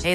Hey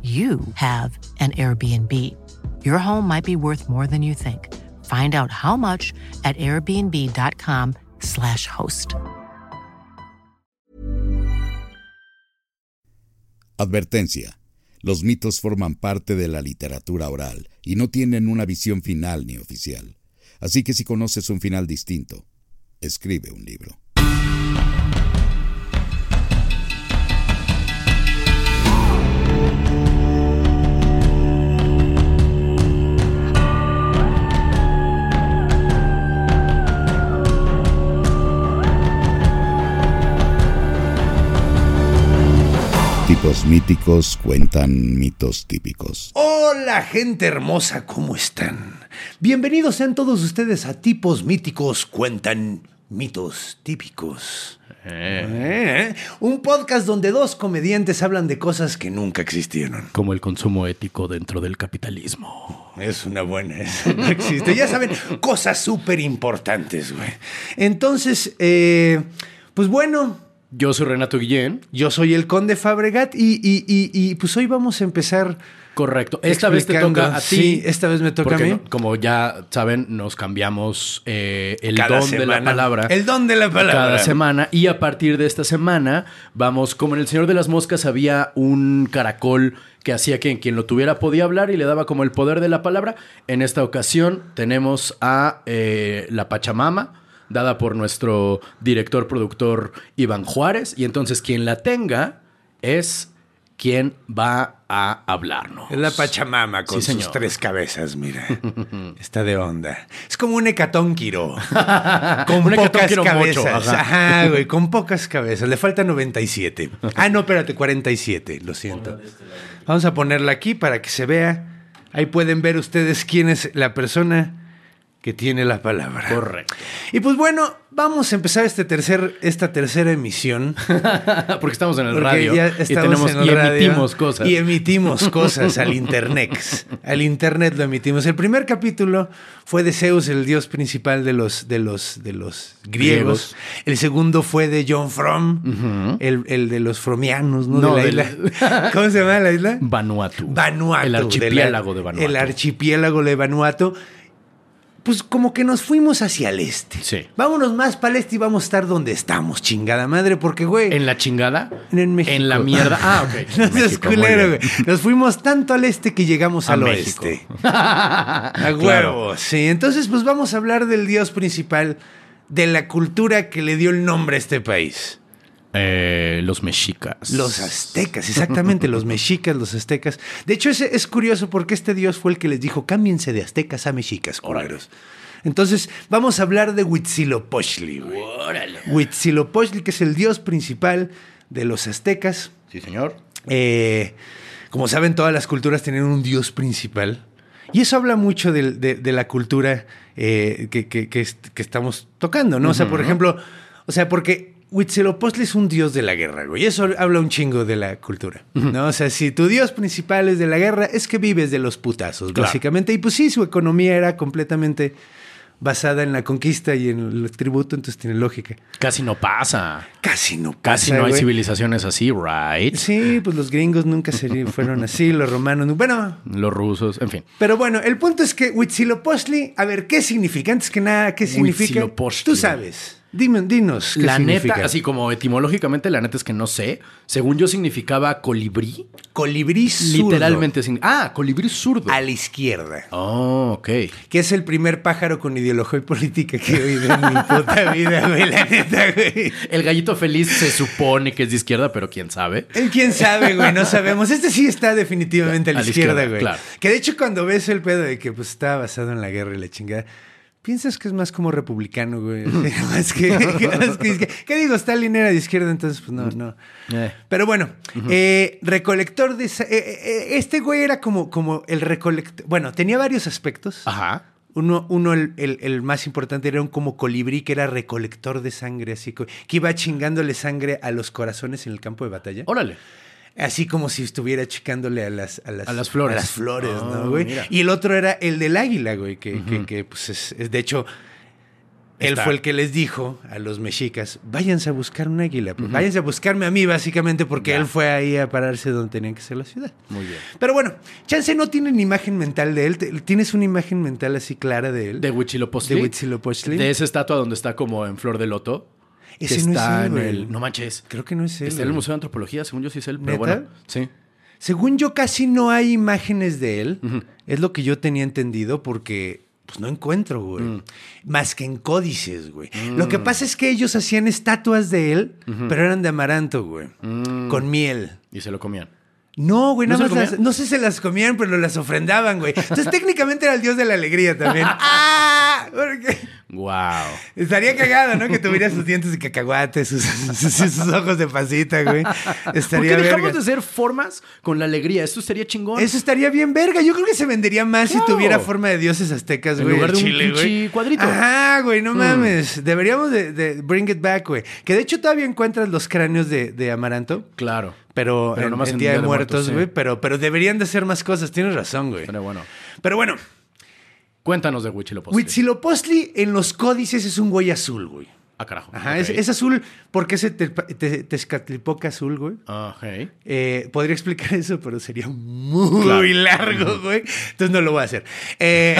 you have an Airbnb. Your home might be worth more than you think. Find out how much at airbnb.com/slash host. Advertencia. Los mitos forman parte de la literatura oral y no tienen una visión final ni oficial. Así que si conoces un final distinto, escribe un libro. Tipos míticos cuentan mitos típicos. Hola gente hermosa, ¿cómo están? Bienvenidos sean todos ustedes a Tipos Míticos Cuentan Mitos Típicos. Eh, Un podcast donde dos comediantes hablan de cosas que nunca existieron. como el consumo ético dentro del capitalismo. Es una buena, esa no existe. Ya saben, cosas súper importantes, güey. Entonces, eh, pues bueno, Yo soy Renato Guillén. yo soy el Conde Fabregat y, y- y- y, pues hoy vamos a empezar... Correcto. Esta vez te Explicando. toca a ti. Sí, esta vez me toca Porque a mí. no- como ya saben, nos cambiamos eh, el Cada don de la semana. palabra. El don de la palabra. Cada semana. Y a partir de esta semana, vamos, como en El Señor de las Moscas había un caracol que hacía que quien lo tuviera podía hablar y le daba como el poder de la palabra. En esta ocasión tenemos a eh, la Pachamama, dada por nuestro director productor Iván Juárez. Y entonces quien la tenga es quien va a hablarnos. Es la Pachamama con Sí, sus señor. tres cabezas, mira. Está de onda. Es como un hecatónquiro. con Un pocas hecatónquiro mocho, cabezas. ajá. Ajá, güey, con pocas cabezas. Le falta 97. Ah, no, espérate, 47. Lo siento. Vamos a ponerla aquí para que se vea. Ahí pueden ver ustedes quién es la persona que tiene la palabra. Correcto. Y pues bueno, vamos a empezar este tercer, esta tercera emisión. Ah, Porque estamos en el Porque radio ya y, estamos tenemos, en el y radio emitimos cosas. Y emitimos cosas al internet. al internet lo emitimos. El primer capítulo fue de Zeus, el dios principal de los, de los, de los griegos. Griegos. El segundo fue de John Fromm, el, el de los fromianos, ¿no? No, de del- la isla. ¿Cómo se llama la isla? Vanuatu. Vanuatu. El la- archipiélago de Vanuatu. El archipiélago de Vanuatu. Pues como que nos fuimos hacia el este. Sí. Vámonos más para el este y vamos a estar donde estamos, chingada madre, porque güey. ¿En la chingada? En México. En la mierda. Ah, ok. No seas En México, muy culero, bien. güey. Nos fuimos tanto al este que llegamos A al México. oeste. A huevo. Sí, entonces pues vamos a hablar del dios principal de la cultura que le dio el nombre a este país. Eh, los mexicas. Los aztecas, exactamente, los mexicas, los aztecas. De hecho, es, es curioso porque este dios fue el que les dijo, cámbiense de aztecas a mexicas, culeros. Entonces, vamos a hablar de Huitzilopochtli, güey. Órale. Huitzilopochtli, que es el dios principal de los aztecas. Sí, señor. Eh, como saben, todas las culturas tienen un dios principal. Y eso habla mucho del- de, de la cultura eh, que, que- que est- que estamos tocando, ¿no? O sea, por ejemplo, o sea, porque Huitzilopochtli es un dios de la guerra, güey. Y eso habla un chingo de la cultura, ¿no? O sea, si tu dios principal es de la guerra, es que vives de los putazos, Claro. básicamente. Y pues sí, su economía era completamente basada en la conquista y en el tributo, entonces tiene lógica. Casi no pasa. Casi no Casi pasa, no hay güey. civilizaciones así, right? Sí, pues los gringos nunca se fueron así, los romanos. nu- Bueno, Los rusos, en fin. pero bueno, el punto es que Huitzilopochtli, a ver, ¿qué significa? Antes que nada, ¿qué significa? Huitzilopochtli. Tú sabes. Dime, dinos. ¿qué La significa? neta, así como etimológicamente, la neta es que no sé. Según yo significaba colibrí. Colibrí zurdo Literalmente. signi- Ah, colibrí zurdo. A la izquierda. Oh, ok. Que es el primer pájaro con ideología y política que he oído en mi puta vida, güey. La neta, güey. El gallito feliz se supone que es de izquierda, pero quién sabe. Eh, ¿Quién sabe, güey? No sabemos. Este sí está definitivamente a la, A la izquierda, izquierda, güey. claro. Que de hecho cuando ves el pedo de que pues estaba basado en la guerra y la chingada, Piensas que es más como republicano, güey. más que, que- más que izquierda. ¿Qué digo? Stalin era de izquierda, entonces, pues no, no. Eh. Pero bueno, eh, recolector de. sa- eh, eh, eh, este güey era como, como el recolector. Bueno, tenía varios aspectos. Ajá. Uno, uno el, el- el más importante era un como colibrí que era recolector de sangre, así que, que iba chingándole sangre a los corazones en el campo de batalla. Órale. Así como si estuviera chicándole a las, a las, A las flores. a las flores, Ah, ¿no, güey? mira. Y el otro era el del águila, güey, que, que- que, pues es, es- de hecho, él Está. fue el que les dijo a los mexicas, váyanse a buscar un águila, pues, váyanse a buscarme a mí, básicamente, porque él fue ahí a pararse donde tenían que ser la ciudad. Muy bien. Pero bueno, Chance no tienen imagen mental de él, te- tienes una imagen mental así clara de él. De Huitzilopochtli. De Huitzilopochtli. De esa estatua donde está como en flor de loto. que Ese no es está él, en güey. el. No manches. Creo que no es él. Está en el güey. Museo de Antropología, según yo sí es él, pero ¿Neta? bueno. Sí. Según yo, casi no hay imágenes de él. Ujú. Es lo que yo tenía entendido porque pues, no encuentro, güey. Mm. Más que en códices, güey. Lo que pasa es que ellos hacían estatuas de él, pero eran de amaranto, güey. Con miel. Y se lo comían. No, güey, Mm. ¿No nada más se lo las- comían? no sé si se las comían, pero las ofrendaban, güey. Entonces técnicamente era el dios de la alegría también. ¡Ah! Porque Wow. estaría cagado, ¿no? Que tuviera sus dientes de cacahuate, sus, sus- sus ojos de pasita, güey. ¿Por Estaría qué dejamos verga. de hacer formas con la alegría? Esto sería chingón. Eso estaría bien verga. Yo creo que se vendería más Claro. si tuviera forma de dioses aztecas, En güey. lugar de un Chile, pinche güey. Mm. cuadrito. Ajá, güey, no mames. Deberíamos de, de bring it back, güey. Que de hecho todavía encuentras los cráneos de, de Amaranto. Claro. Pero, Pero en, nomás en en Día de Muertos, sí. güey. Pero, pero deberían de hacer más cosas. Tienes razón, güey. Pero bueno. Pero bueno, Cuéntanos de Huitzilopochtli. Huitzilopochtli en los códices es un güey azul, güey. Ah, carajo. Ajá, Ok. es, es azul porque es el te- te- Tezcatlipoca azul, güey. Ah, hey. Eh, podría explicar eso, pero sería muy Claro. largo, güey. Entonces no lo voy a hacer. Eh,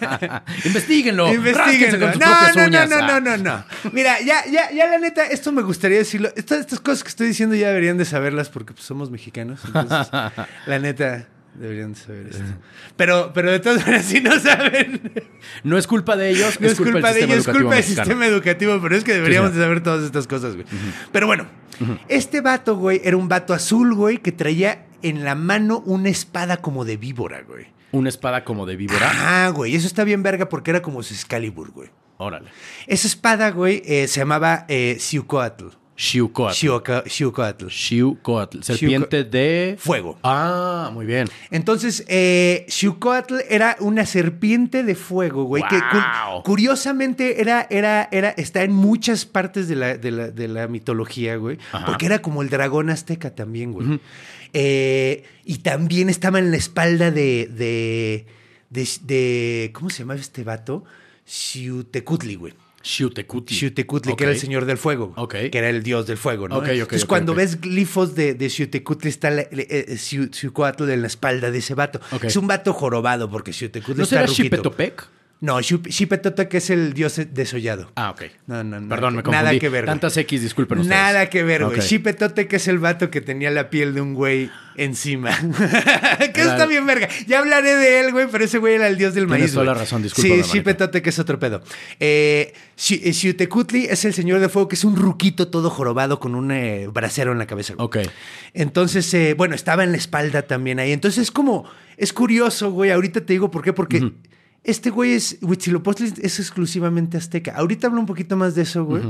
Investíguenlo. Investíguenlo. Rásquense con sus No, propias no, no, uñas. no, Ah. no, no, no. Mira, ya, ya, ya la neta, esto me gustaría decirlo. Estas, estas cosas que estoy diciendo ya deberían de saberlas porque pues, somos mexicanos. Entonces, la neta, deberían de saber esto. Pero, pero de todas maneras, si no saben, No es culpa de ellos, no es culpa, del de sistema ellos, es educativo culpa del mexicano. sistema educativo, pero es que deberíamos Sí, de saber todas estas cosas, güey. Pero bueno, este vato, güey, era un vato azul, güey, que traía en la mano una espada como de víbora, güey. Una espada como de víbora. Ah, güey, eso está bien verga porque era como su Excalibur, güey. Órale. Esa espada, güey, eh, se llamaba eh, Siucoatl. Xiucoatl. Siuca- Siucoatl. Xiucoatl. Serpiente de... Fuego. Ah, muy bien. Entonces, eh, Xiucoatl era una serpiente de fuego, güey, que cu- Wow. curiosamente era, era, era, está en muchas partes de la, de la, de la mitología, güey, Ajá. porque era como el dragón azteca también, güey. Eh, y también estaba en la espalda de, de, de, de- ¿cómo se llamaba este vato? Xiutecutli, güey. Xiutecutli. Xiutecutli, Ok. que era el señor del fuego. Ok. Que era el dios del fuego, ¿no? Ok, ok, Entonces, ok, cuando ok. ves glifos de, de Xiutecutli, está la- le- eh, eh, Xiu- Xiucoatl en la espalda de ese vato. Ok. Es un vato jorobado porque Xiutecutli ¿No está será ruquito. Xipetopec? No, Xiu- Xipetotec es el dios desollado. Ah, ok. No, no, no. Perdón, me confundí. Nada que ver. güey. Tantas X, disculpen ustedes. Nada que ver, güey. Ok. Xipetotec es el vato que tenía la piel de un güey encima. que Claro. está bien verga. Ya hablaré de él, güey, pero ese güey era el dios del Tienes maíz. toda güey. la razón, discúlpame, Sí, manito. Xipetotec es otro pedo. Eh, Xi- eh, Xiutecutli es el señor de fuego, que es un ruquito todo jorobado con un eh, brasero en la cabeza. güey. Ok. Entonces, eh, bueno, estaba en la espalda también ahí. Entonces es como, es curioso, güey. Ahorita te digo por qué, porque este güey es, Huitzilopochtli es exclusivamente azteca. Ahorita hablo un poquito más de eso, güey.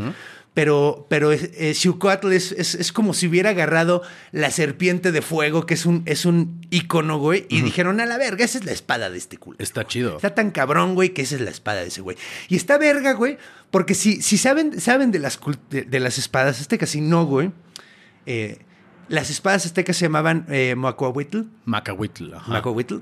Pero, pero es- eh, Xiucoatl es, es- es como si hubiera agarrado la serpiente de fuego, que es un, es un ícono, güey. Y dijeron, a la verga, esa es la espada de este culo. Está chido. Está tan cabrón, güey, que esa es la espada de ese güey. Y está verga, güey, porque si, si saben, saben de, las cul- de, de las espadas aztecas, si no, güey, eh, las espadas aztecas se llamaban eh, Macuahuitl, Macahuitl. ajá. Macuahuitl,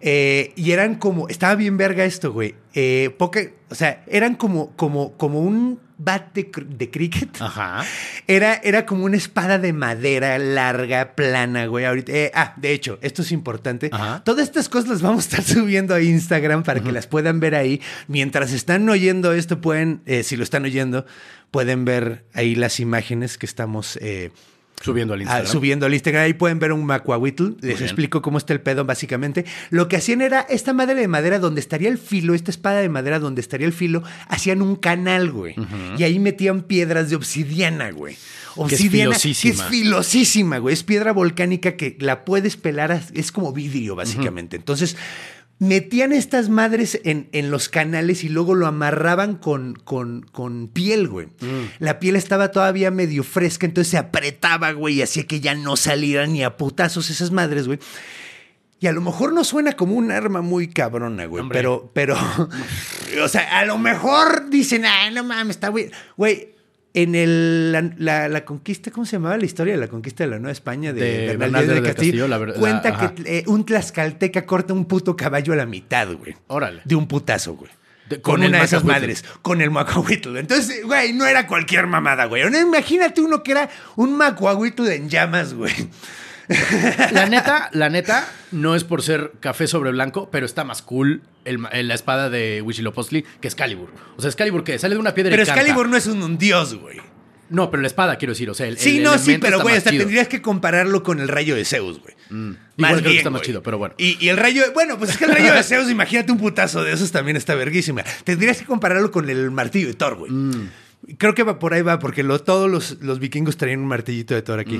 eh, y eran como, estaba bien verga esto, güey, eh, poca, o sea, eran como, como, como un bat de, cr- de cricket. Ajá. Era, era como una espada de madera larga, plana, güey. Ahorita, eh, ah, de hecho, esto es importante. Ajá. Todas estas cosas las vamos a estar subiendo a Instagram para que las puedan ver ahí. Mientras están oyendo esto, pueden, eh, si lo están oyendo, pueden ver ahí las imágenes que estamos eh, Subiendo al Ah, Instagram. subiendo al Instagram. Ahí pueden ver un macuahuitl. Les bien. explico cómo está el pedo, básicamente. Lo que hacían era esta madre de madera donde estaría el filo, esta espada de madera donde estaría el filo, hacían un canal, güey. Y ahí metían piedras de obsidiana, güey. es Obsidiana, que es, filosísima. filosísima, güey. Es piedra volcánica que la puedes pelar, as- es como vidrio, básicamente. Entonces. metían estas madres en, en los canales y luego lo amarraban con, con, con piel, güey. Mm. La piel estaba todavía medio fresca, entonces se apretaba, güey, y hacía que ya no salieran ni a putazos esas madres, güey. Y a lo mejor no suena como un arma muy cabrona, güey. Hombre. Pero, pero, o sea, a lo mejor dicen, ah, no mames, está güey. Güey, en el, la, la- la conquista, ¿cómo se llamaba la historia de la conquista de la Nueva España de, De Bernal Bernal Díaz del del Castillo? Castillo, la verdad, Cuenta ajá. que eh, un tlaxcalteca corta un puto caballo a la mitad, güey. Órale. De un putazo, güey. De- con, con el una de esas macahuitl. madres, con el macahuitl. Entonces, güey, no era cualquier mamada, güey. No, imagínate uno que era un macahuitl en llamas, güey. La neta, la neta, no es por ser café sobre blanco, pero está más cool el ma- el- la espada de Huitzilopochtli que Excalibur. O sea, Excalibur, ¿qué? Sale de una piedra Pero y canta. Excalibur no es un, un dios, güey. No, pero la espada, quiero decir. O sea, el, Sí, el no, sí, elemento pero está güey, más hasta chido. Mm. tendrías que compararlo con el rayo de Zeus, güey. Igual creo que bien, está más güey. chido, pero bueno. Y, y el rayo, bueno, pues es que el rayo de Zeus, imagínate un putazo de esos también está verguísima. Tendrías que compararlo con el martillo de Thor, güey. Mm. Creo que va por ahí va, porque lo- todos los, los vikingos traían un martillito de Thor aquí.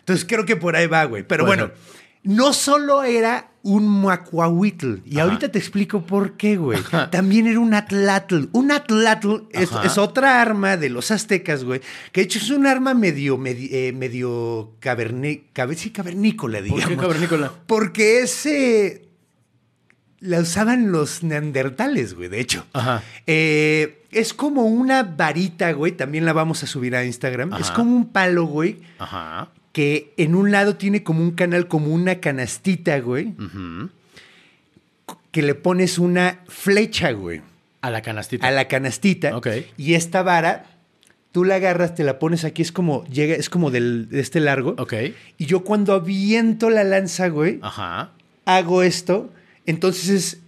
Entonces creo que por ahí va, güey. Pero Mm. Puede bueno, no solo era un muacuahuitl, y Ajá. ahorita te explico por qué, güey. También era un atlatl. Un atlatl es, Ajá. es otra arma de los aztecas, güey, que de hecho es un arma medio, medi- eh, medio caverní- cabe- sí, cavernícola, ¿Por digamos. qué cavernícola? Porque ese. La usaban los neandertales, güey, de hecho. Ajá. Eh, es como una varita, güey, también la vamos a subir a Instagram. Ajá. Es como un palo, güey, Ajá. que en un lado tiene como un canal, como una canastita, güey, Ujú. que le pones una flecha, güey, A la canastita. a la canastita. Ok. Y esta vara, tú la agarras, te la pones aquí, es como, llega, es como del, de este largo. Ok. Y yo cuando aviento la lanza, güey, Ajá. hago esto, entonces es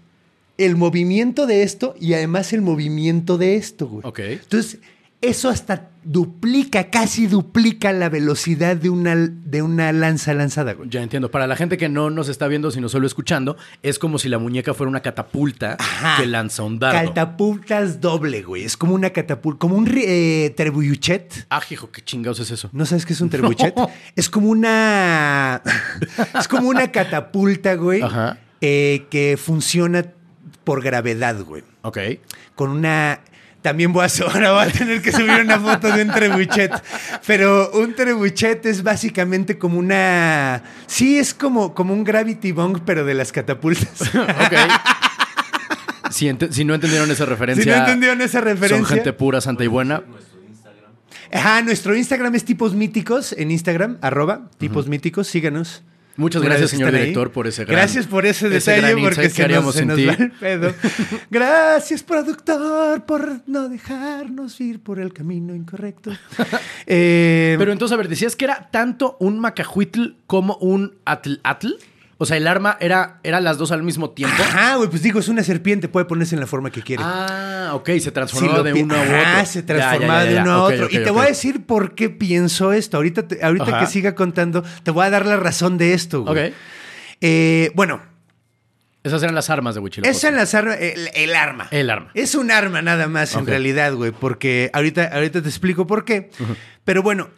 el movimiento de esto y además el movimiento de esto, güey. Ok. Entonces, eso hasta duplica, casi duplica la velocidad de una, de una lanza lanzada, güey. Ya entiendo. Para la gente que no nos está viendo, sino solo escuchando, es como si la muñeca fuera una catapulta Ajá. que lanza un dardo. Catapultas doble, güey. Es como una catapulta, como un ri- eh, trebuchet. Ah, hijo, qué chingados es eso. ¿No sabes qué es un trebuchet? No. Es como una. es como una catapulta, güey. Ajá. eh, que funciona por gravedad, güey. Ok. con una. También voy a, ahora voy a tener que subir una foto de un trebuchet. Pero un trebuchet es básicamente como una. Sí, es como, como un gravity bong, pero de las catapultas. Ok. si, ente- si no entendieron esa referencia. Si no entendieron esa referencia. Son gente pura, santa y buena. Ajá, nuestro Instagram es tipos míticos en Instagram, arroba tipos míticos, síganos. Muchas Una vez gracias, señor están ahí. director, por ese gran- Gracias por ese ese detalle, gran porque insight que se nos, haríamos se sin nos ti. va el pedo. Gracias, productor, por no dejarnos ir por el camino incorrecto. Eh, Pero entonces, a ver, decías que era tanto un macajuitl como un atl. atl? O sea, el arma era, era las dos al mismo tiempo. Ajá, güey, pues digo, es una serpiente, puede ponerse en la forma que quiere. Ah, ok, se Si transformaba lo de pi- uno a otro. Ajá, se transformaba de uno a otro. y te voy a decir por qué pienso esto. Ahorita, te- ahorita Ajá. que siga contando, te voy a dar la razón de esto, güey. Ok. Eh, bueno, Esas eran las armas de Huichilopochtli. es en las arma- el, el arma. El arma. Es un arma nada más en Ok. realidad, güey, porque ahorita, ahorita te explico por qué. Pero bueno,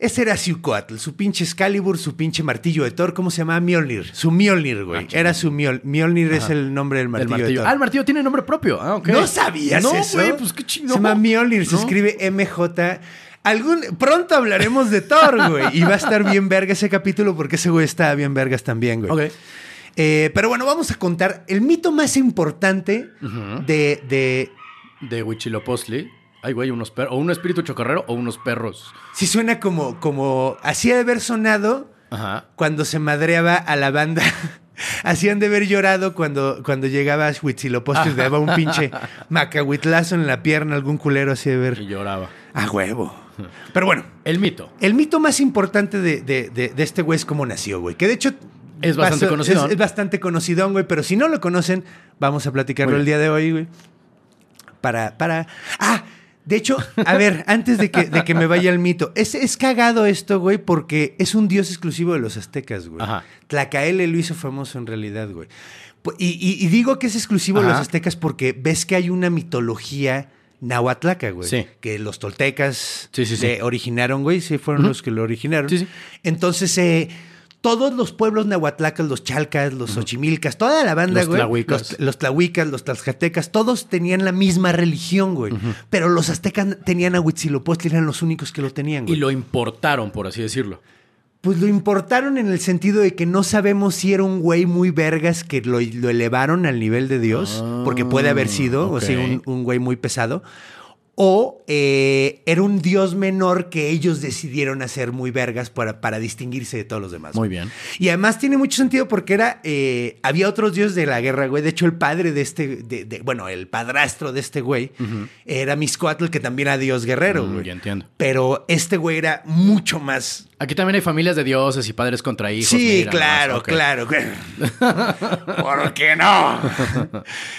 ese era Ciucoatl, su pinche Excalibur, su pinche martillo de Thor, ¿cómo se llamaba? Mjolnir. Su Mjolnir, güey. era su Mjol- Mjolnir es el nombre del Ah, Del martillo, de martillo. Thor. Ah, el martillo tiene nombre propio. Ah, ok. ¿No sabías no, eso? güey, pues qué chingón. Se llama Mjolnir, se No. escribe MJ. Algún, pronto hablaremos de Thor, güey. Y va a estar bien verga ese capítulo porque ese güey está bien vergas también, güey. Ok. Eh, pero bueno, vamos a contar el mito más importante de, de... De Huichilopochtli. Ay, güey, unos perros. O un espíritu chocarrero o unos perros. Si suena como, como... Así ha de haber sonado Ajá. cuando se madreaba a la banda. Así han de haber llorado cuando, cuando llegaba a Huitzilopochtli y le daba un pinche macahuitlazo en la pierna, algún culero así de Y ver. lloraba. A huevo. Pero bueno, El mito. El mito más importante de, de- de- de este güey es cómo nació, güey. Que de hecho. Es bastante pasa- conocidón. Es, es bastante conocidón, güey. Pero si no lo conocen, vamos a platicarlo Muy el día de hoy, güey. Para, para. ¡Ah! De hecho, a ver, antes de que, de que me vaya el mito, es, es cagado esto, güey, porque es un dios exclusivo de los aztecas, güey. Ajá. Tlacaele lo hizo famoso en realidad, güey. Pu- Y, y- y digo que es exclusivo de los Ajá. aztecas porque ves que hay una mitología nahuatlaca, güey. Sí. Que los toltecas Sí, sí, sí. de- originaron, güey. Sí, fueron los que lo originaron. Sí, sí. Entonces, eh, todos los pueblos nahuatlacas, los chalcas, los xochimilcas, toda la banda, Los güey. tlahuicas. Los, los tlahuicas, los tlaxcatecas, todos tenían la misma religión, güey. Pero los aztecas tenían a Huitzilopochtli, eran los únicos que lo tenían, Y güey. lo importaron, por así decirlo. Pues lo importaron en el sentido de que no sabemos si era un güey muy vergas que lo, lo elevaron al nivel de Dios, porque puede haber sido, Ah, ok. o sea, un, un güey muy pesado. O eh, era un dios menor que ellos decidieron hacer muy vergas para, para distinguirse de todos los demás. Muy güey. bien. Y además tiene mucho sentido porque era. eh, había otros dioses de la guerra, güey. De hecho, el padre de este. de- de- bueno, el padrastro de este güey era Miscoatl, que también era dios guerrero, Mm, güey. ya entiendo. Pero este güey era mucho más Aquí también hay familias de dioses y padres contra hijos. Sí, mira, claro, más, ok. claro. ¿Por qué no?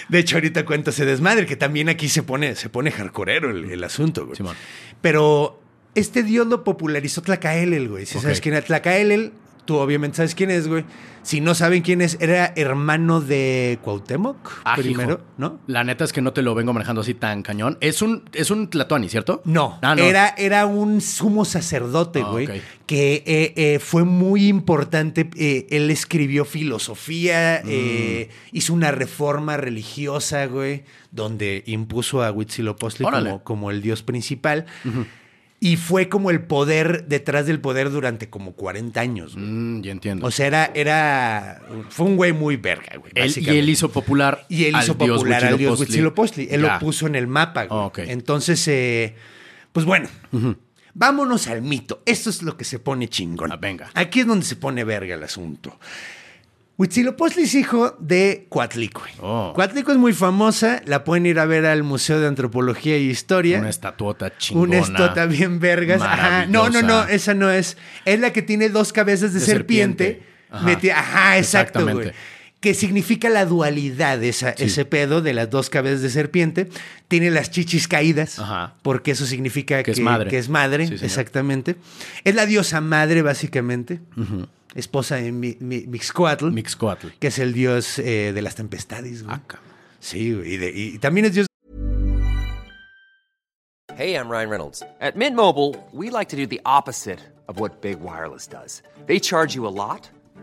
De hecho, ahorita cuenta se desmadre, que también aquí se pone, se pone hardcoreero el, el asunto, güey. Simón. Pero este dios lo popularizó Tlacaelel, güey. Si Ok. sabes quién es Tlacaelel, tú obviamente sabes quién es, güey. Si no saben quién es, era hermano de Cuauhtémoc Ah, primero, hijo. ¿no? La neta es que no te lo vengo manejando así tan cañón. Es un, es un tlatoani, ¿cierto? No, Ah, Era, era un sumo sacerdote, Ah, güey, ok. que eh, eh, fue muy importante. Eh, él escribió filosofía, Mm. eh, hizo una reforma religiosa, güey, donde impuso a Huitzilopochtli Órale. como, como el dios principal. Y fue como el poder detrás del poder durante como 40 años. güey. Mm, ya entiendo. O sea, era, era. Fue un güey muy verga, güey. Él- y básicamente. él hizo popular Y él al hizo dios popular al dios Huitzilopochtli. Él Ya. lo puso en el mapa. güey. Ok. Entonces, eh, pues bueno, vámonos al mito. Esto es lo que se pone chingón. Ah, venga. Aquí es donde se pone verga el asunto. Huitzilopochtli es hijo de Coatlicue. Oh. Coatlicue es muy famosa. La pueden ir a ver al Museo de Antropología y Historia. Una estatuota Una chingona. estota bien vergas. Ajá. No, no, no, maravillosa. esa no es. Es la que tiene dos cabezas de, De serpiente. serpiente. Ajá. meti- Ajá, exacto, güey. Exactamente. Que significa la dualidad, esa, ese pedo de las dos cabezas de serpiente. Tiene las chichis caídas, Ajá. porque eso significa Que que, es madre. que es madre, Sí, señor. exactamente. Es la diosa madre, básicamente. Esposa de Mi- Mi- Mixcoatl, Mixcoatl. que es el dios eh, de las tempestades, güey. Ah, cabrón. Sí, güey. Y, de- y también es dios Hey, I'm Ryan Reynolds. At Mint Mobile, we like to do the opposite of what Big Wireless does. They charge you a lot,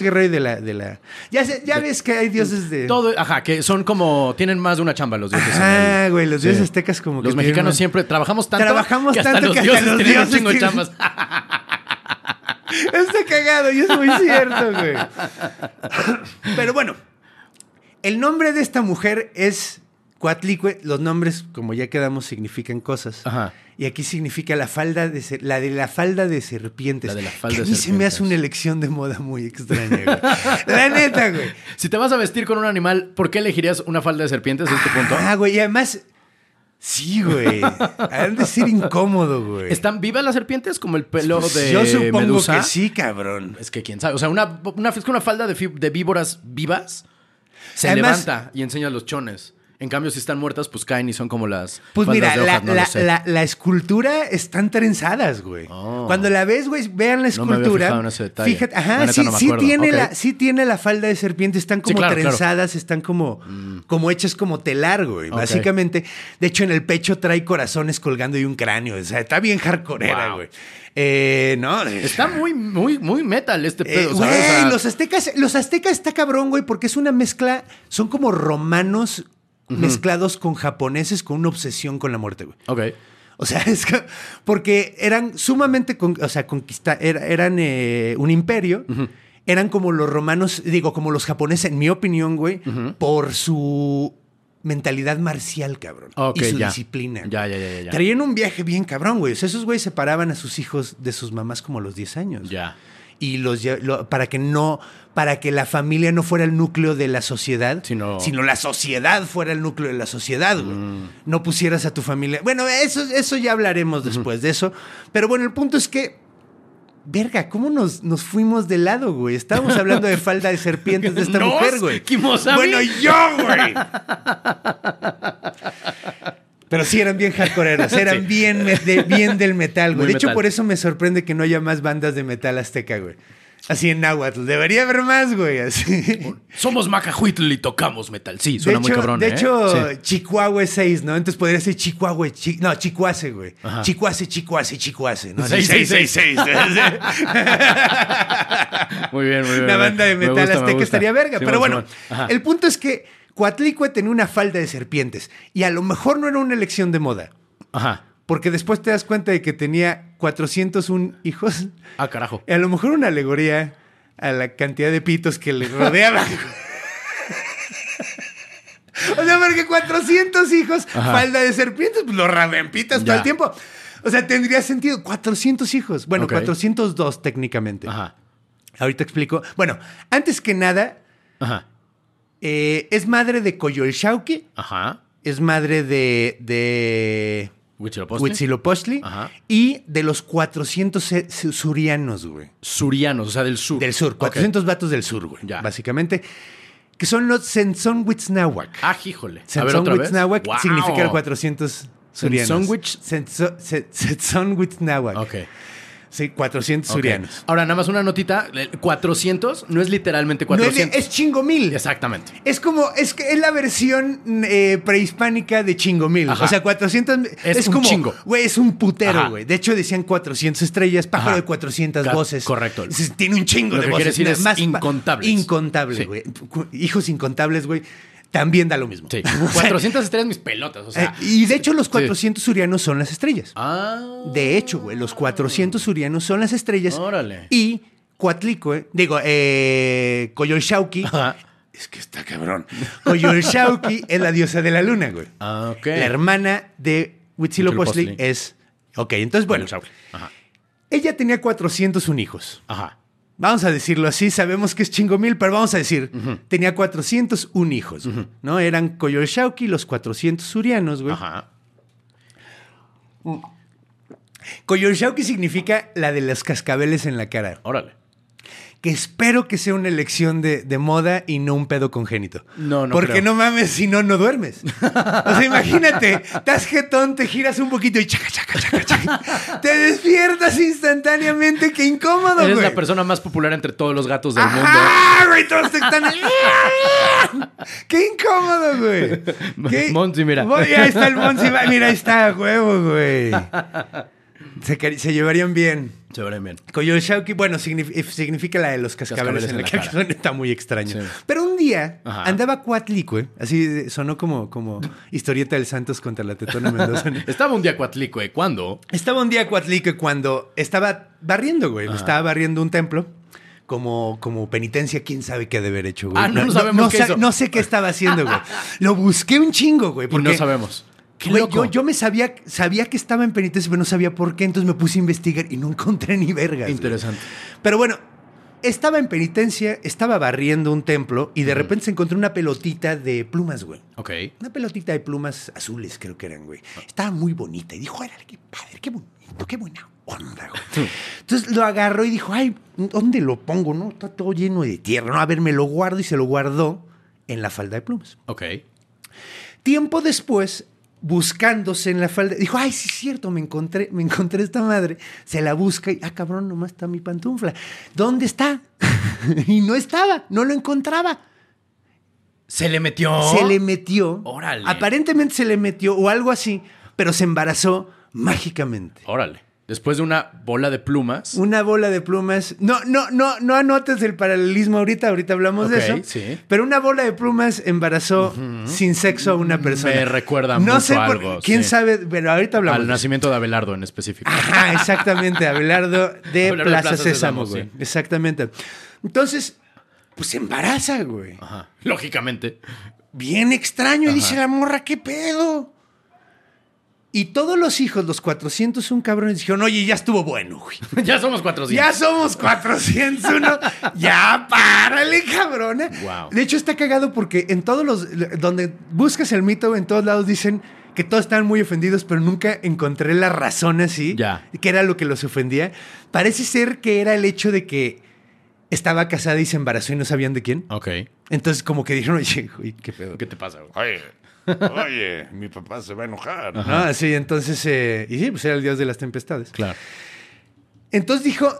rey de la... De la... Ya, sé- ya ves que hay dioses de... Todo, ajá, que son como. Tienen más de una chamba los dioses. en Ah, el- güey, los dioses Sí. aztecas como que Los tienen mexicanos una- siempre trabajamos tanto. Trabajamos que hasta tanto los que hasta dioses los tienen un dioses chingo de tienen- chambas. Está cagado y es muy cierto, güey. Pero bueno, el nombre de esta mujer es Coatlicue. Los nombres, como ya quedamos, significan cosas. Ajá. Y aquí significa la falda de ser- la de la falda de serpientes. La de la falda Que a de mí se me hace serpientes. una elección de moda muy extraña, güey. La neta, güey. Si te vas a vestir con un animal, ¿por qué elegirías una falda de serpientes? ¿Es tu punto? Ah, güey, y además sí, güey. Han de ser incómodo, güey. Pues ¿Están vivas las serpientes como el pelo de Yo supongo medusa? que sí, cabrón. Es que quién sabe. O sea, una, una, es que una falda de, fi- de víboras vivas se Además- levanta y enseña los chones. En cambio, si están muertas, pues caen y son como las. Pues mira, faldas de hojas, la, no lo la- sé. Oh. la- la escultura están trenzadas, güey. Cuando la ves, güey, vean la No me había escultura. fijado en ese detalle. Fíjate, La ajá, neta sí, no me sí acuerdo. tiene Ok. la, sí tiene la falda de serpiente, están como claro, claro. trenzadas, están como, como hechas como telar, güey. Ok. Básicamente, de hecho, en el pecho trae corazones colgando y un cráneo. O sea, está bien hardcoreera, Wow. güey. Eh, no, Está muy, muy, muy metal este eh, pedo, güey, ¿sabes? O sea, los aztecas, los aztecas está cabrón, güey, porque es una mezcla, son como romanos mezclados con japoneses con una obsesión con la muerte, güey. Ok. O sea, es que, porque eran sumamente, con- o sea, conquista, era- eran eh, un imperio. Eran como los romanos, digo, como los japoneses, en mi opinión, güey, por su mentalidad marcial, cabrón. Ok, y su ya. disciplina. Ya, ya, ya, ya, ya. Traían un viaje bien cabrón, güey. O sea, esos güeyes separaban a sus hijos de sus mamás como a los 10 años. Ya. Y los lle- lo- para que no, para que la familia no fuera el núcleo de la sociedad, Sino- la sociedad fuera el núcleo de la sociedad, güey. No pusieras a tu familia. Bueno, eso, eso ya hablaremos después de eso. Pero bueno, el punto es que Verga, ¿cómo nos, nos fuimos de lado, güey? Estábamos hablando de falda de serpientes de esta ¿Nos? mujer, güey. ¿Kimosabi? Bueno, yo, güey. Pero sí eran bien hardcoreeros, eran bien, me- de- bien del metal, güey. Muy De hecho, metal. por eso me sorprende que no haya más bandas de metal azteca, güey. Así en náhuatl. Debería haber más, güey. Así. Somos Macahuitl y tocamos metal. Sí, De suena muy hecho, cabrón. de ¿eh? hecho Sí. Chicuahue 6, ¿no? Entonces podría ser Chicuahue, chi- no, Chicuase, güey. Ajá. Chicuase, Chicuase, Chicuase. ¿no? Seis, Así, seis, seis, Muy bien, La muy bien. muy bien. banda de Me metal gusta, me azteca gusta. estaría verga. Simón, Pero bueno, Simón. Ajá. el punto es que Coatlicue tenía una falda de serpientes. Y a lo mejor no era una elección de moda. Ajá. Porque después te das cuenta de que tenía 401 hijos. Ah, carajo. A lo mejor una alegoría a la cantidad de pitos que le rodeaban. o sea, porque 400 hijos, falda de serpientes, pues lo raben pitas todo Ya. el tiempo. O sea, tendría sentido. 400 hijos. Bueno, Ok. 402 técnicamente. Ajá. Ahorita explico. Bueno, antes que nada, Ajá. eh, es madre de Coyolxauqui, Ajá. es madre de, de Huitzilopochtli. Huitzilopochtli Ajá. y de los 400 se- su- surianos, güey. Surianos, o sea, del sur. Del sur, Ok. 400 vatos del sur, güey. Ya. Básicamente, que son los Sensonwitznáhuac. Ah, híjole. A ver, otra vez. Sensonwitznáhuac Wow. significa los 400 surianos. Sensonwich- Senso- se- Sensonwitznáhuac. Ok. ok. Sí, 400 surianos. Ahora, nada más una notita. El 400 no es literalmente 400. No es, es chingomil. Exactamente. Es como, es que es la versión eh, prehispánica de chingomil. Ajá. O sea, 400. Es Es, un como. chingo. Güey, es un Ajá. putero, güey. De hecho, decían 400 estrellas, pájaro Ajá. de 400 Ca- voces. correcto. Se- tiene un chingo Lo de que voces. quiere decir na- es pa- incontables. Incontable, Sí. güey. Cu- Hijos incontables, güey. También da lo mismo. Sí. O sea, 400 estrellas, mis pelotas. O eh, sea. y de hecho, los 400 surianos son las estrellas. Ah. De hecho, güey, los 400 surianos son las estrellas. Mm. Órale. Y Coatlicue, digo, eh, Coyolxauqui. Ajá. Es que está cabrón. Coyolxauqui es la diosa de la luna, güey. Ah, ok. La hermana de Huitzilopochtli Huitzilopochtli. es... Ok, entonces, bueno, Ajá. ella tenía 401 hijos. Ajá. Vamos a decirlo así, sabemos que es chingomil, pero vamos a decir, tenía 401 hijos, güey, ¿no? Eran Coyolxauqui, los 400 surianos, güey. Ajá. Coyolxauqui significa la de las cascabeles en la cara. Órale. que espero que sea una elección de, de moda y no un pedo congénito. No, no Porque creo. no mames, si no, no duermes. O sea, imagínate, estás jetón, te giras un poquito y chaca, chaca, chaca, chaca. Te despiertas instantáneamente, qué incómodo, Eres Ah, güey. la persona más popular entre todos los gatos del ¡Ah, güey! Todos te están... ¡Qué incómodo, güey! Qué- Monzi, mira. Mon- Ahí está el Monzi. va- Mira, ahí está, huevo, güey. Se, cari- se llevarían bien. mundo. Se verán bien. Coyolxauqui, bueno, signif- significa la de los cascabeles, en la cara. Está muy extraño. Sí. Pero un día Ajá. andaba Coatlicue, así de- sonó como, como historieta del Santos contra la Tetona Mendoza. Estaba un día Coatlicue. ¿Cuándo? estaba un día Coatlicue cuando estaba barriendo, güey. Estaba barriendo un templo. Como, como penitencia, quién sabe qué ha de haber hecho, güey. Ah, no sabemos qué sa- hizo. no sé qué estaba haciendo, güey. Lo busqué un chingo, güey. Y Porque no sabemos. Qué Güey, Yo, loco. yo me sabía, sabía que estaba en penitencia, pero no sabía por qué, entonces me puse a investigar y no encontré ni vergas. güey. Interesante. Pero bueno, estaba en penitencia, estaba barriendo un templo y de repente se encontró una pelotita de plumas, güey. Ok. Una pelotita de plumas azules, creo que eran, güey. Estaba muy bonita. Y dijo, órale, qué padre, qué bonito, qué buena onda, güey. Entonces lo agarró y dijo, ay, ¿dónde lo pongo? No, está todo lleno de tierra. No, a ver, me lo guardo y se lo guardó en la falda de plumas. Ok. Tiempo después, buscándose en la falda, dijo, ay, sí es cierto, me encontré, me encontré esta madre. Se la busca y, ah, cabrón, nomás está mi pantufla. ¿Dónde está? y no estaba, no lo encontraba. Se le metió. Se le metió. Oh. Órale. Aparentemente se le metió o algo así, pero se embarazó mágicamente. Órale. Después de una bola de plumas. Una bola de plumas. No, no, no, no anotes el paralelismo ahorita, ahorita hablamos Ok, de eso. sí. Pero una bola de plumas embarazó sin sexo a una persona. Me recuerda no mucho sé por- algo, ¿Quién sí. sabe? Pero ahorita hablamos. de al eso. nacimiento de Abelardo en específico. Ajá, exactamente, Abelardo de Abelardo Plaza, Plaza Sésamo, Sésamo, güey. sí. Exactamente. Entonces, pues se embaraza, güey. Ajá. Lógicamente. Bien extraño, y dice la morra, ¿qué pedo? Y todos los hijos, los 401 cabrones, dijeron, oye, ya estuvo bueno, güey. ya somos 400. Ya somos 401. ya párale, cabrona. Wow. De hecho, está cagado porque en todos los. Donde buscas el mito, en todos lados dicen que todos estaban muy ofendidos, pero nunca encontré la razón así, Ya. que era lo que los ofendía. Parece ser que era el hecho de que estaba casada y se embarazó y no sabían de quién. Ok. Entonces como que dijeron, oye, güey, qué pedo. ¿Qué te pasa? güey? Oye, oye, mi papá se va a enojar. Ah, sí, entonces, eh, y sí, pues era el dios de las tempestades. Claro. Entonces dijo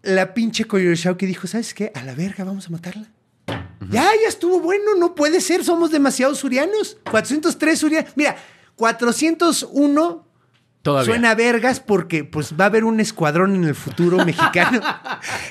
la pinche Koyoroshauki dijo, ¿sabes qué? A la verga, vamos a matarla. Ya, ya estuvo bueno, no puede ser, somos demasiados surianos. 403 surianos. Mira, 401 Todavía. suena a vergas porque pues va a haber un escuadrón en el futuro mexicano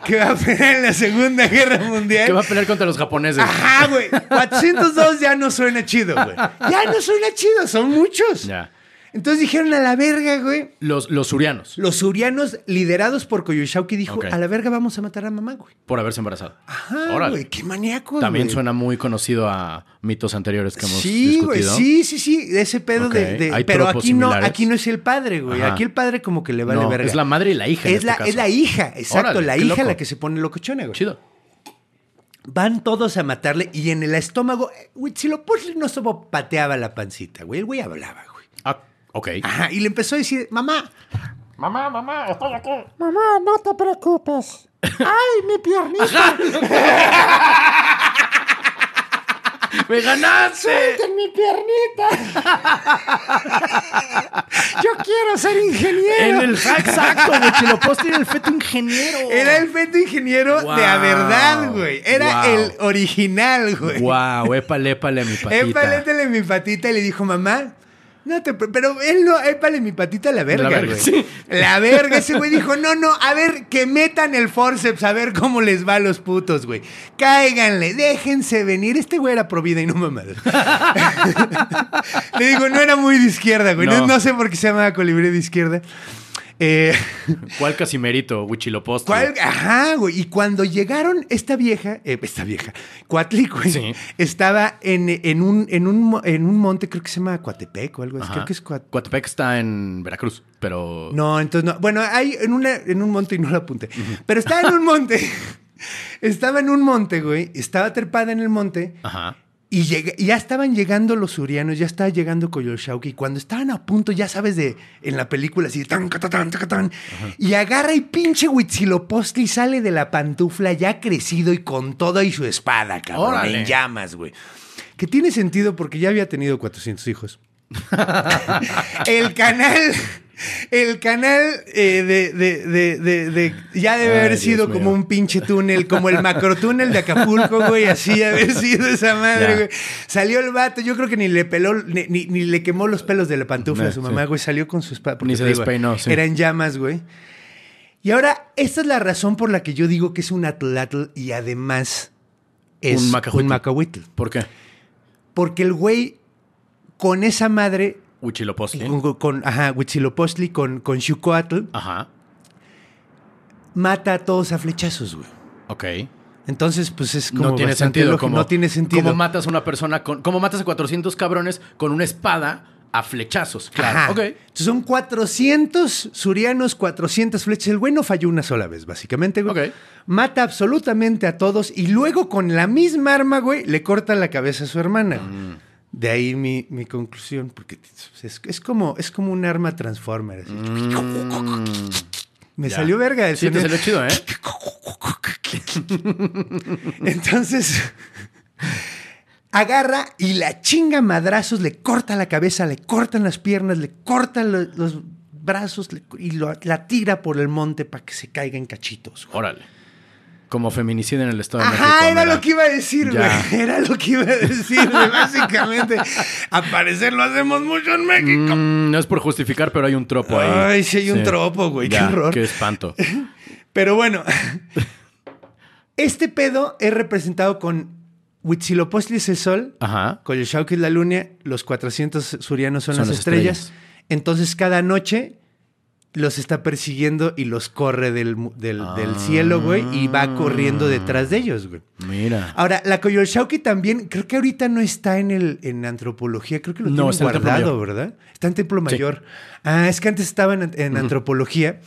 que va a pelear en la Segunda Guerra Mundial. Que va a pelear contra los japoneses. Ajá, güey. 402 ya no suena chido, güey. Ya no suena chido, son muchos. Ya. Entonces dijeron a la verga, güey. Los, los surianos. Los surianos, liderados por Koyushauki, dijo: Ok. A la verga vamos a matar a mamá, güey. Por haberse embarazado. Ajá, Órale. güey, qué maníaco. También Pues, güey. suena muy conocido a mitos anteriores que hemos Sí, güey, discutido. sí, sí, sí. de Ese pedo Ok, de. de- hay pero tropos aquí no, similares. aquí no es el padre, güey. Ajá. Aquí el padre como que le vale No, verga. es la madre y la hija en Es, este la, caso. es la hija, exacto. Órale, la qué hija loco. la que se pone locochona, güey. Chido. Van todos a matarle y en el estómago, eh, güey, si lo posle no solo pateaba la pancita, güey. El güey hablaba, güey. Ah, ok. Ajá, y le empezó a decir, mamá, Mamá, mamá, estoy aquí. Mamá, no te preocupes. ¡Ay, mi piernita! ¡Me ganaste! ¡Suelten mi piernita! Yo quiero ser En ingeniero. el hack, exacto, güey. Chiloposte era el feto ingeniero. Era el feto ingeniero Wow. de a verdad, güey. Era Wow. el original, güey. Wow, épale, épale, mi patita. Empalétale mi patita y le dijo, mamá. No te, pre- pero él no, épale mi patita a la verga, La verga, güey. sí. La verga, ese güey dijo, no, no, a ver, que metan el forceps, a ver cómo les va a los putos, güey. Cáiganle, déjense venir. Este güey era pro vida y no mamada. le digo, no era muy de izquierda, güey. No, No. no sé por qué se llamaba colibrí de izquierda. Eh, ¿Cuál casimerito, Huichiloposte? ¿Cuál? Ajá, güey. Y cuando llegaron, esta vieja, eh, esta vieja, Coatlicue, Sí. estaba en, en un, en, un, mo- en un monte, creo que se llama Coatepec o algo así. Ajá. Creo que es Coat- Coatepec está en Veracruz, pero... No, entonces no. Bueno, hay en, una, en un monte y no lo apunté. Pero estaba en un monte. estaba en un monte, güey. Estaba trepada en el monte. Ajá. Y, llega- y ya estaban llegando los surianos, ya estaba llegando Koyoshauki. Cuando estaban a punto, ya sabes, de en la película así, tan, catan, catan, y agarra y pinche Huitzilopochtli y sale de la pantufla ya crecido y con todo y su espada, cabrón, Órale. en llamas, güey. Que tiene sentido porque ya había tenido 400 hijos. el canal, el canal eh, de, de- de- de- de- ya debe Ay, haber Dios sido mío. como un pinche túnel, como el macrotúnel de Acapulco, güey, así haber sido esa madre, Ya. güey. Salió el vato, yo creo que ni le peló, ni, ni- ni le quemó los pelos de la pantufla No, a su sí. mamá, güey. Salió con su espada. Ni se despeinó, sí. Era en llamas, güey. Y ahora, esta es la razón por la que yo digo que es un atlatl y además es Un macahuitl. un macahuitl. ¿Por qué? Porque el güey, con esa madre, Huichiloposte. con, con- ajá, Huitzilopochtli, con, con Xucoatl, Ajá. mata a todos a flechazos, güey. Ok. Entonces, pues es como. no tiene bastante sentido. lógico. Como, no tiene sentido. Como matas a una persona con... Como matas a 400 cabrones con una espada a flechazos. Claro. Ajá. Ok. Entonces, son 400 surianos, 400 flechas. El güey no falló una sola vez, básicamente, güey. Ok. Mata absolutamente a todos y luego con la misma arma, güey, le corta la cabeza a su hermana. Mm. De ahí mi, mi conclusión, porque es, es como, es como un arma transformer. así. Me Mm. Ya. salió verga el Sí, te sonido. salió chido, ¿eh? Entonces, agarra y la chinga a madrazos, le corta la cabeza, le cortan las piernas, le cortan lo- los brazos le- y lo- la tira por el monte para que se caiga en cachitos. güey. Órale. Como feminicida en el Estado de México. Ajá, era Ah, mira. lo que iba a decir, güey. Ya. Era lo que iba a decir, güey. Básicamente, aparecer lo hacemos mucho en México. Mm, no es por justificar, pero hay un tropo ahí. Ay, sí hay un tropo, güey, qué Ya, horror. Qué espanto. Pero bueno, este pedo es representado con Huitzilopochtli es el sol, Ajá. Coyoshauqui es la luna, los 400 surianos son, Son las las estrellas. estrellas. Entonces cada noche los está persiguiendo y los corre del, mu- del- del cielo, güey, y va Ah. corriendo detrás de ellos, güey. Mira. Ahora, la Coyoshauqui también, creo que ahorita no está en el en antropología, creo que lo No, tienen está en el Templo guardado, Mayor. ¿verdad? Está en Templo Mayor. Ah, es que antes estaba en, en antropología.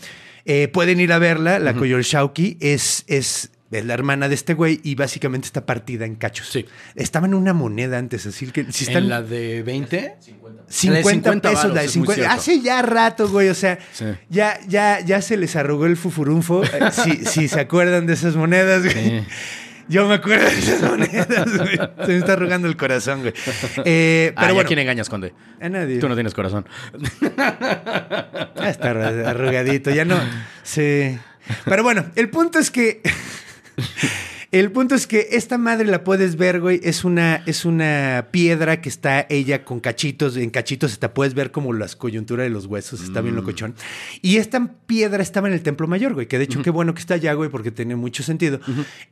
Eh, pueden ir a verla, la Coyoshauqui es, es es la hermana de este güey y básicamente está partida en cachos. Sí. Estaba en una moneda antes, así que si están ¿En la de 20? 50, En la de 50 pesos, varos, la de ah, es muy 50. cierto. Hace ya rato, güey. O sea, Sí. ya, ya, ya se les arrugó el fufurunfo. eh, si, si se acuerdan de esas monedas, güey. Sí. Yo me acuerdo de esas monedas, güey. Se me está arrugando el corazón, güey. Eh, Ah, pero ¿y bueno, ¿a quién engañas, Conde? a nadie. Tú no tienes corazón. Ya está arru- arrugadito, ya no. Sí. Pero bueno, el punto es que. El punto es que esta madre la puedes ver, güey. Es una, es una piedra que está ella con cachitos. En cachitos te puedes ver como las coyunturas de los huesos. Está bien locochón. Y esta piedra estaba en el Templo Mayor, güey. Que de hecho, qué bueno que está allá, güey, porque tiene mucho sentido.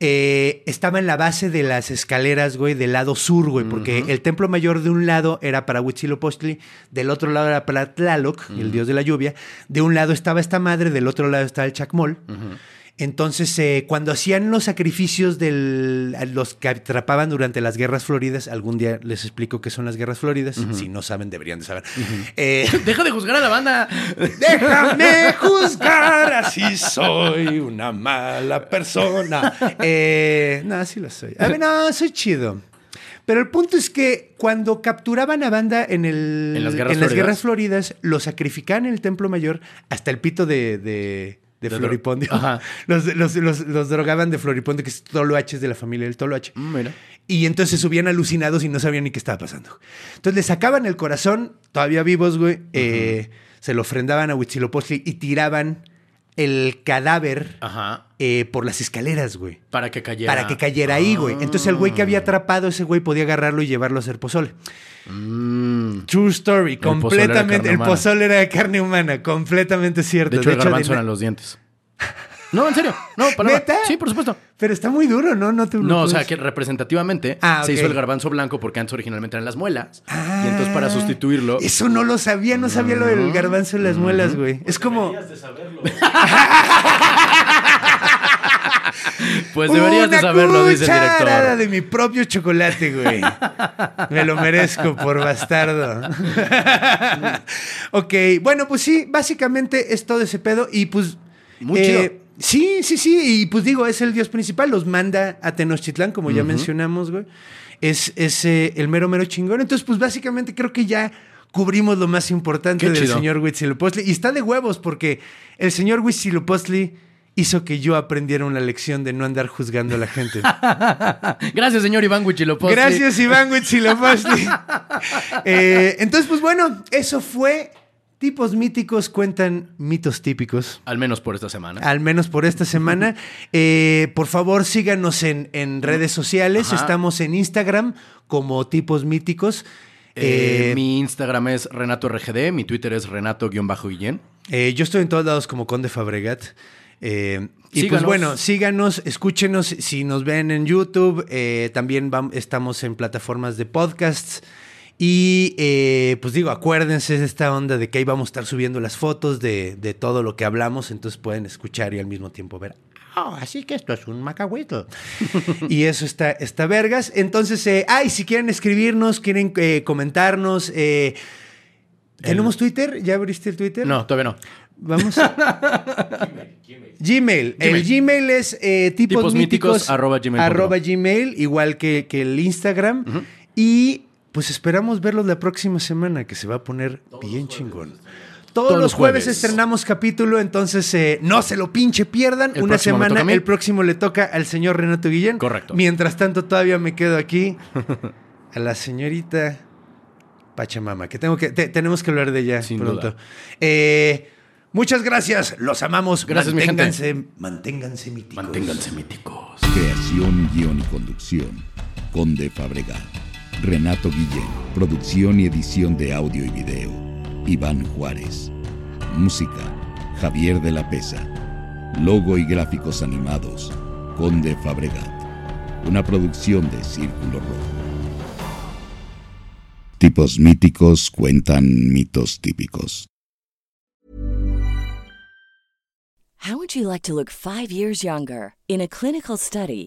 Eh, estaba en la base de las escaleras, güey, del lado sur, güey. Porque el Templo Mayor de un lado era para Huitzilopochtli, del otro lado era para Tlaloc, el dios de la lluvia. De un lado estaba esta madre, del otro lado estaba el Chacmol. Entonces, eh, cuando hacían los sacrificios de los que atrapaban durante las guerras floridas, algún día les explico qué son las guerras floridas. Si no saben, deberían de saber. Eh, Deja de juzgar a la banda. Déjame juzgar, así soy una mala persona. Eh, no, así lo soy. A ver, no, soy chido. Pero el punto es que cuando capturaban a banda en, el, En las guerras en las floridas. guerras floridas, lo sacrificaban en el Templo Mayor hasta el pito de, de, de De dro- Floripondio. Ajá. Los, los- los- los drogaban de Floripondio, que es Toloache, es de la familia del Toloache. Mm, Mira. Y entonces subían alucinados y no sabían ni qué estaba pasando. Entonces le sacaban el corazón, todavía vivos, güey. eh, se lo ofrendaban a Huitzilopochtli y tiraban el Ah. cadáver Ajá. eh, por las escaleras, güey. Para que cayera. Ah. Para que cayera ahí, güey. Entonces el güey que había atrapado a ese güey podía agarrarlo y llevarlo a hacer pozole. Mm. True story, pozole era completamente. carne El humana. pozole era de carne humana, completamente cierto. De hecho, el de- garbanzo eran los dientes. No, en serio. No, palabra. ¿Neta? Sí, por supuesto. Pero está muy duro, ¿no? No, te lo No, o sea puedes- que representativamente Ah, se ok. hizo el garbanzo blanco porque antes originalmente eran las muelas. Y entonces Ah, para sustituirlo. Eso no lo sabía, no sabía lo del garbanzo en las muelas, güey. Es como. Pues deberías de Una saberlo, dice el cucharada director. de mi propio chocolate, güey. Me lo merezco por bastardo. ok, bueno, pues sí, básicamente es todo ese pedo y pues... Muy chido. Sí, sí, sí, y pues digo, es el dios principal, los manda a Tenochtitlán, como ya mencionamos, güey. Es, es, eh, el mero, mero chingón. Entonces, pues básicamente creo que ya cubrimos lo más importante Qué del chido. señor Huitzilopochtli. Y está de huevos porque el señor Huitzilopochtli hizo que yo aprendiera una lección de no andar juzgando a la gente. Gracias, señor Iván Huichilopochtli. Gracias, Iván Huitzilopochtli. Eh, entonces, pues bueno, eso fue Tipos Míticos Cuentan Mitos Típicos. Al menos por esta semana. Al menos por esta semana. Eh, por favor, síganos en, en redes sociales. Ajá. Estamos en Instagram como Tipos Míticos. Eh, Eh, mi Instagram es Renato RGD, mi Twitter es Renato-Guillén. Eh, yo estoy en todos lados como Conde Fabregat. Eh, y pues Síganos. bueno, síganos, escúchenos si nos ven en YouTube. eh, también vam- estamos en plataformas de podcasts. Y eh, pues digo, acuérdense de esta onda de que ahí vamos a estar subiendo las fotos de, de todo lo que hablamos. Entonces pueden escuchar y al mismo tiempo ver. "Ah, así que esto es un macahuito. y eso está, está vergas. Entonces, eh, ay, si quieren escribirnos, quieren eh, comentarnos. eh, ¿Tenemos Twitter? ¿Ya abriste el Twitter? No, todavía no. Vamos. Gmail. El Gmail es eh, tipos, Tipos míticos, míticos, arroba gmail punto com. arroba Gmail, igual que, que el Instagram. Y pues esperamos verlos la próxima semana, que se va a poner bien chingón. Todos, los jueves, jueves. estrenamos capítulo, entonces eh, no se lo pinche pierdan. El Una próximo me toca semana, a mí. el próximo le toca al señor Renato Guillén. Correcto. Mientras tanto, todavía me quedo aquí a la señorita Pachamama, que tengo que te- tenemos que hablar de ella Sin pronto. duda. Eh, muchas gracias, los amamos. Gracias, mi gente. manténganse, manténganse míticos. Manténganse míticos. Creación, guión y conducción. Conde Fabregat. Renato Guillén. Producción y edición de audio y video. Iván Juárez. Música. Javier de la Pesa. Logo y gráficos animados. Conde Fabregat. Una producción de Círculo Rojo. Tipos míticos cuentan mitos típicos. How would you like to look five years younger? In a clinical study,